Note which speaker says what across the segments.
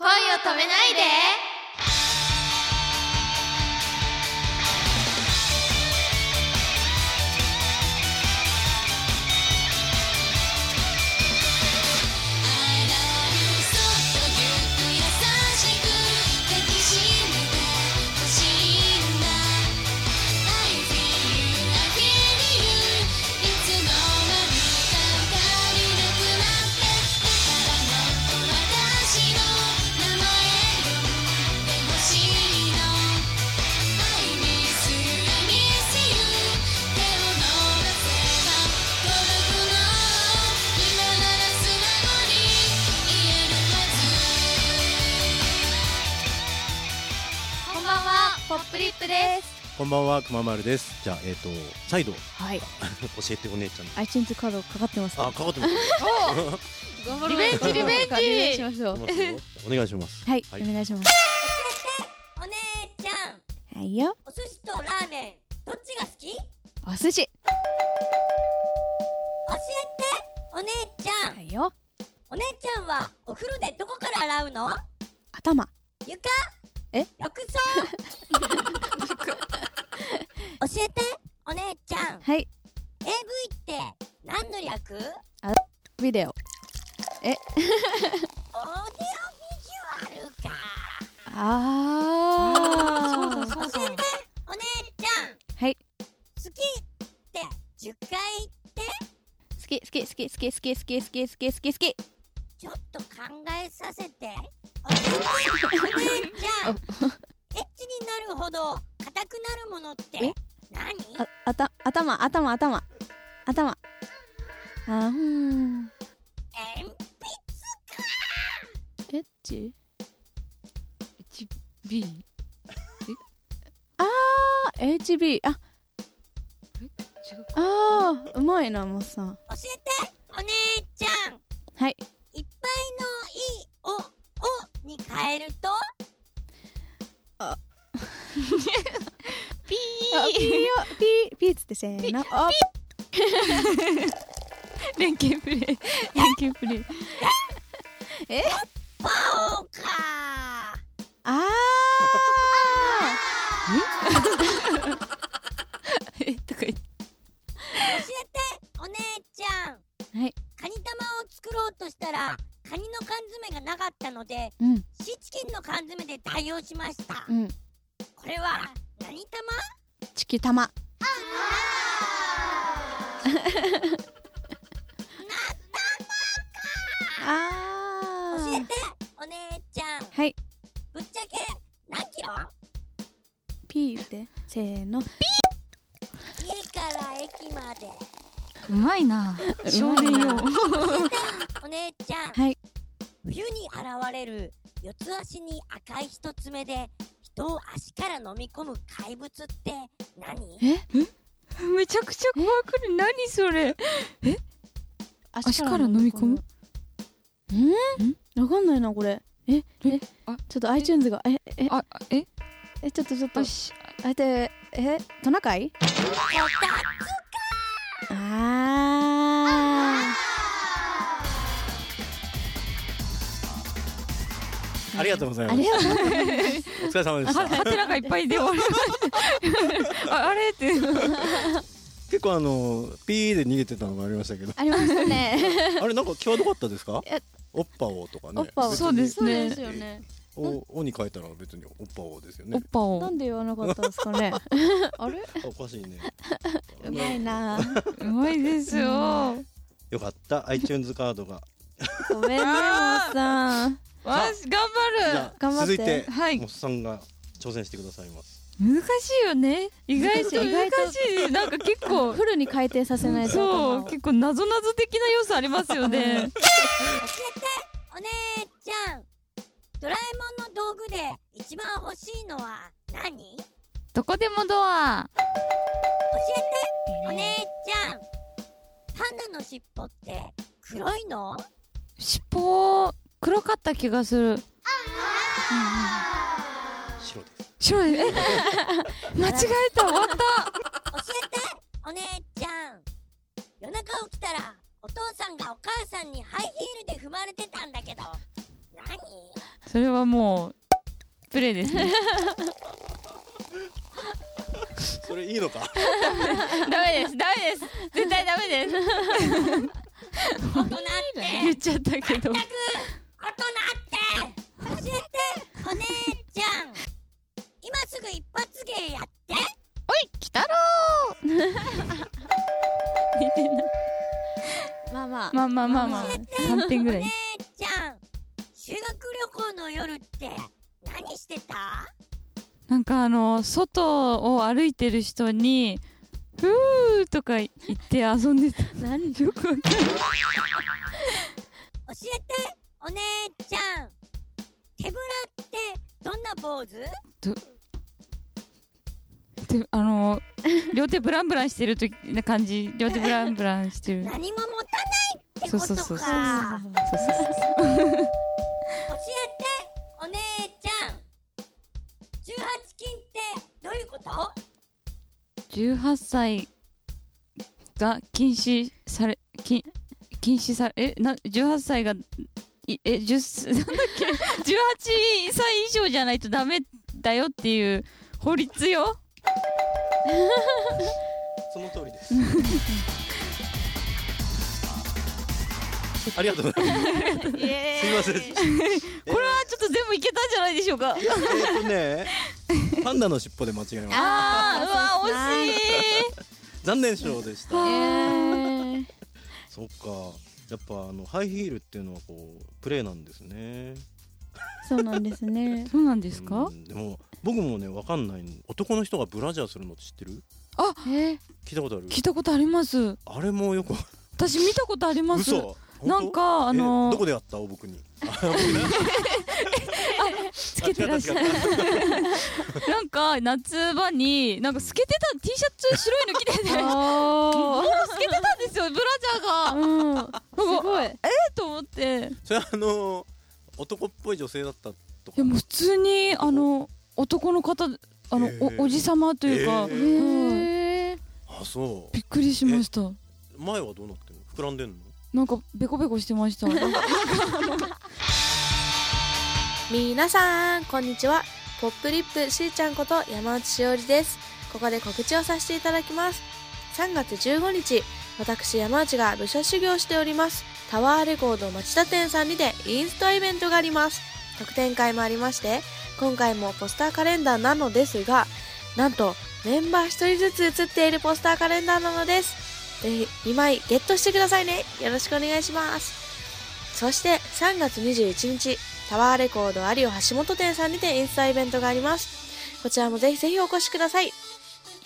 Speaker 1: 止めないで
Speaker 2: 「あらゆるそっとぎゅっと優しく抱きしめてほしいんだ」「I feel you, I feel you」「いつの間にか足りなくなって」「だからもっと私の名前呼んでほしいの」「I miss you, I miss you」「手を伸ばせば届くの」「今なら素直に言えるはず」
Speaker 1: こんばんはポップリップです
Speaker 3: こんばんは、くままるです。じゃあ、えっ、と、再 度、教
Speaker 4: は
Speaker 3: え
Speaker 4: い。
Speaker 3: てお姉ちゃんに。
Speaker 4: iTunes カードかかってます
Speaker 3: あ、
Speaker 4: か。
Speaker 3: かかってます。
Speaker 1: リベンジリベン
Speaker 4: お願いし
Speaker 1: ジ
Speaker 4: ましょう。
Speaker 3: お願いします。
Speaker 4: はい、
Speaker 3: はい
Speaker 4: お願いします。
Speaker 5: お姉ちゃん
Speaker 4: はいよ。
Speaker 5: お寿司とラーメンどっちが好き教えて
Speaker 4: お寿司。
Speaker 5: お姉ちゃん
Speaker 4: はいよ。
Speaker 5: お姉ちゃんはお風呂でどこから洗うの
Speaker 4: 頭。
Speaker 5: 床
Speaker 4: え
Speaker 5: 浴槽教えてお姉ちゃん
Speaker 4: はい。
Speaker 5: AV って何の略オーディ
Speaker 4: ビデオ。
Speaker 5: オビジュアルか
Speaker 4: ああ。
Speaker 5: 教えてお姉ちゃん
Speaker 4: はい。
Speaker 5: 好きって10回って
Speaker 4: 好き好き好き好き好き好き好き好き好き好き。
Speaker 5: ちょっと考えさせて お姉ちゃんエッチになるほど硬くなるものって
Speaker 4: え
Speaker 5: 何
Speaker 4: あ、あた、頭頭頭頭。あーうーん。
Speaker 5: 鉛筆
Speaker 4: エッチ。
Speaker 6: B
Speaker 4: ああ、HB。あ。ああ、うまいな、もうさん。
Speaker 5: 教えてお姉ちゃん
Speaker 4: はい。
Speaker 5: いっぱいの「い」を「お」に変えると
Speaker 4: あピーよ、ピー、ピーっつってせーの。あ、
Speaker 6: 連携プレイ連携プレイ
Speaker 5: 「パオ」か
Speaker 4: あ
Speaker 6: え とか言って
Speaker 5: 教えてお姉ちゃん
Speaker 4: はい
Speaker 5: カニ玉を作ろうとしたらカニの缶詰がなかったので
Speaker 4: ー。うん、
Speaker 5: シーチキンの缶詰で代用しました
Speaker 4: うん。
Speaker 5: これは何玉
Speaker 4: チキ玉。あ
Speaker 5: 教え
Speaker 4: ー
Speaker 5: てお姉ちゃん
Speaker 4: はい、
Speaker 5: ぶっちゃけ何キロ
Speaker 4: ピーって。せーの。
Speaker 5: 家から駅まで
Speaker 6: うまいな少年よ
Speaker 5: お姉ちゃん
Speaker 4: はい。
Speaker 5: 冬に現れる四つ足に赤い一つ目で人を足から飲み込む怪物って何
Speaker 4: え
Speaker 6: めちゃくちゃ怖くる何そ れ足から飲み込む
Speaker 4: んわかんないな、これ。え、え、ちょ
Speaker 6: あ
Speaker 4: っと iTunes が、え、え、
Speaker 6: あえ
Speaker 4: え、ちょっとちょっと
Speaker 6: よ。し
Speaker 4: あえて、え、トナカイ
Speaker 5: こた
Speaker 4: あ
Speaker 3: ありがとうござい
Speaker 4: ー。
Speaker 3: ま
Speaker 4: あ
Speaker 3: す
Speaker 4: れ。
Speaker 3: お疲れ様でした。
Speaker 6: ははてながいっぱいで終わりましたああれって
Speaker 3: 結構、あの、ピーで逃げてたのがありましたけど。
Speaker 4: ありました ね。
Speaker 3: あれ、なんか、際どかったですか
Speaker 4: いや。
Speaker 3: おっぱおとかね。
Speaker 4: おっぱを。
Speaker 3: 別に
Speaker 6: そうですね
Speaker 4: よね。
Speaker 3: お、おに変えたら、別におっぱおですよ
Speaker 6: お
Speaker 3: ね
Speaker 6: っ。ぱ
Speaker 4: な
Speaker 6: を
Speaker 4: んで言わなかったんですか ね。あれ
Speaker 3: あおかしいね。
Speaker 4: うまいな。
Speaker 6: うまいですよ
Speaker 3: よかった、iTunes カードが。
Speaker 4: ごめんね、もうさん。
Speaker 6: わし
Speaker 3: じ
Speaker 6: 頑張
Speaker 3: ゃあ
Speaker 4: 頑張っ
Speaker 3: 続い
Speaker 4: て
Speaker 3: て、
Speaker 6: はい
Speaker 3: もっさんが挑戦してくださいます。
Speaker 6: る難しいよね意外と
Speaker 4: 意
Speaker 6: 難
Speaker 4: 外と
Speaker 6: しいなんか結構
Speaker 4: フルに回転させないと。
Speaker 6: そう
Speaker 4: 頭を
Speaker 6: 結構謎謎的な要素ありますよね
Speaker 5: お姉ちゃんドラえもんの道具で一番欲しいのは何教えて
Speaker 6: どこでもドア
Speaker 5: お姉ちゃんパンダの尻尾って黒いの
Speaker 6: 尻尾黒かった気がする
Speaker 3: 白です。
Speaker 6: 白 いえ間違えた終わった
Speaker 5: 教えてお姉ちゃん夜中起きたらお父さんがお母さんにハイヒールで踏まれてたんだけど何
Speaker 6: それはもうプレイですね
Speaker 3: それいいのか
Speaker 6: ダメですダメです絶対ダメです
Speaker 5: 大人って
Speaker 6: 言っちゃったけ
Speaker 5: 大
Speaker 6: ど
Speaker 5: 人って教えてお姉ちゃん今すぐ一発芸やって
Speaker 6: おい来たろ
Speaker 4: まあまあ
Speaker 6: まあまあまあまあ3点ぐらい
Speaker 5: 姉ちゃん修学旅行の夜って何してた
Speaker 6: なんかあの外を歩いてる人に「ふー」とか言って遊んでた何よくわかんない
Speaker 5: 教えてお姉ちゃん手ぶらってどんな坊主
Speaker 6: であの両手ブランブランしてるときな感じ両手ブランブランしてる
Speaker 5: 何も持たないって
Speaker 6: そ
Speaker 5: こ
Speaker 6: うそう
Speaker 5: と
Speaker 6: そうそうそう
Speaker 5: か
Speaker 6: そうそう
Speaker 5: 教えてお姉ちゃん18金ってどういうこと
Speaker 6: 18歳が禁止され禁禁止されえな18歳がいえ10なんだっ け18歳以上じゃないとダメだよっていう法律よ
Speaker 3: その通りですありがとうございますすみません
Speaker 6: これはちょっと全部いけたんじゃないでしょうか
Speaker 3: えーっとね パンダの尻尾で間違えました
Speaker 6: あーうわ惜しい
Speaker 3: 残念賞でした、
Speaker 4: えー
Speaker 3: そっかやっぱあのハイヒールっていうのはこうプレーなんですね
Speaker 4: そうなんですね
Speaker 6: そうなんですか
Speaker 3: うんでも僕もねわかんない男の人がブラジャーするのって知ってる
Speaker 6: え
Speaker 3: 聞いたことある
Speaker 6: 聞いたことあります
Speaker 3: あれもよく
Speaker 6: 私見たことあります
Speaker 3: 嘘本当
Speaker 6: なんかあ
Speaker 3: え
Speaker 6: の
Speaker 3: どこでやったお僕 に
Speaker 6: つけてらっしゃるなんか夏場になんか透けてた T シャツ白いの着てても
Speaker 4: お
Speaker 6: う透けてたんですよブラジャーが
Speaker 4: うんすごい
Speaker 6: えと思ってい
Speaker 3: それあの男っぽい女性だったとか
Speaker 6: やもう普通にあの男の方あの、
Speaker 3: へー
Speaker 6: おおじさまというか、
Speaker 3: へ
Speaker 6: うん
Speaker 4: え
Speaker 3: あそ
Speaker 6: びっくりしました
Speaker 3: う前はどうなってんの膨らんでんの
Speaker 6: なんかベコベコしてました なんか
Speaker 7: 皆さんこんにちはポップリップしーちゃんこと山内しおりですここで告知をさせていただきます3月15日私山内が武者修行しておりますタワーレコード町田店さんにてインストイベントがあります特典会もありまして今回もポスターカレンダーなのですがなんとメンバー1人ずつ写っているポスターカレンダーなのですぜひ2枚ゲットしてくださいねよろしくお願いしますそして3月21日タワーレコード有尾橋本店さんにてインスタイベントがあります。こちらもぜひぜひお越しください。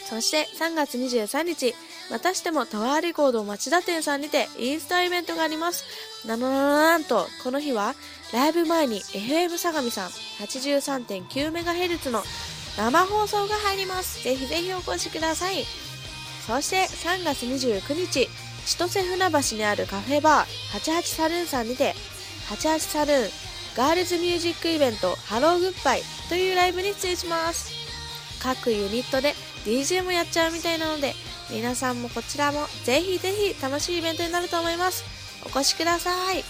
Speaker 7: そして3月23日、またしてもタワーレコード町田店さんにてインスタイベントがあります。なななななんと、この日はライブ前に FM 相模さん 83.9MHz の生放送が入ります。ぜひぜひお越しください。そして3月29日、千歳船橋にあるカフェバー88サルーンさんにて88サルーンガールズミュージックイベントハローグッバイというライブに出演します各ユニットで DJ もやっちゃうみたいなので皆さんもこちらもぜひぜひ楽しいイベントになると思いますお越しください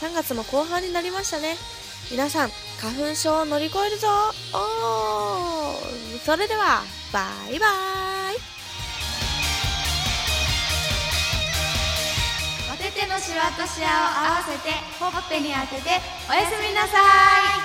Speaker 7: 3月も後半になりましたね皆さん花粉症を乗り越えるぞおーそれではバイバイ
Speaker 1: お手手のシワとシワを合わせてほっぺに当てておやすみなさい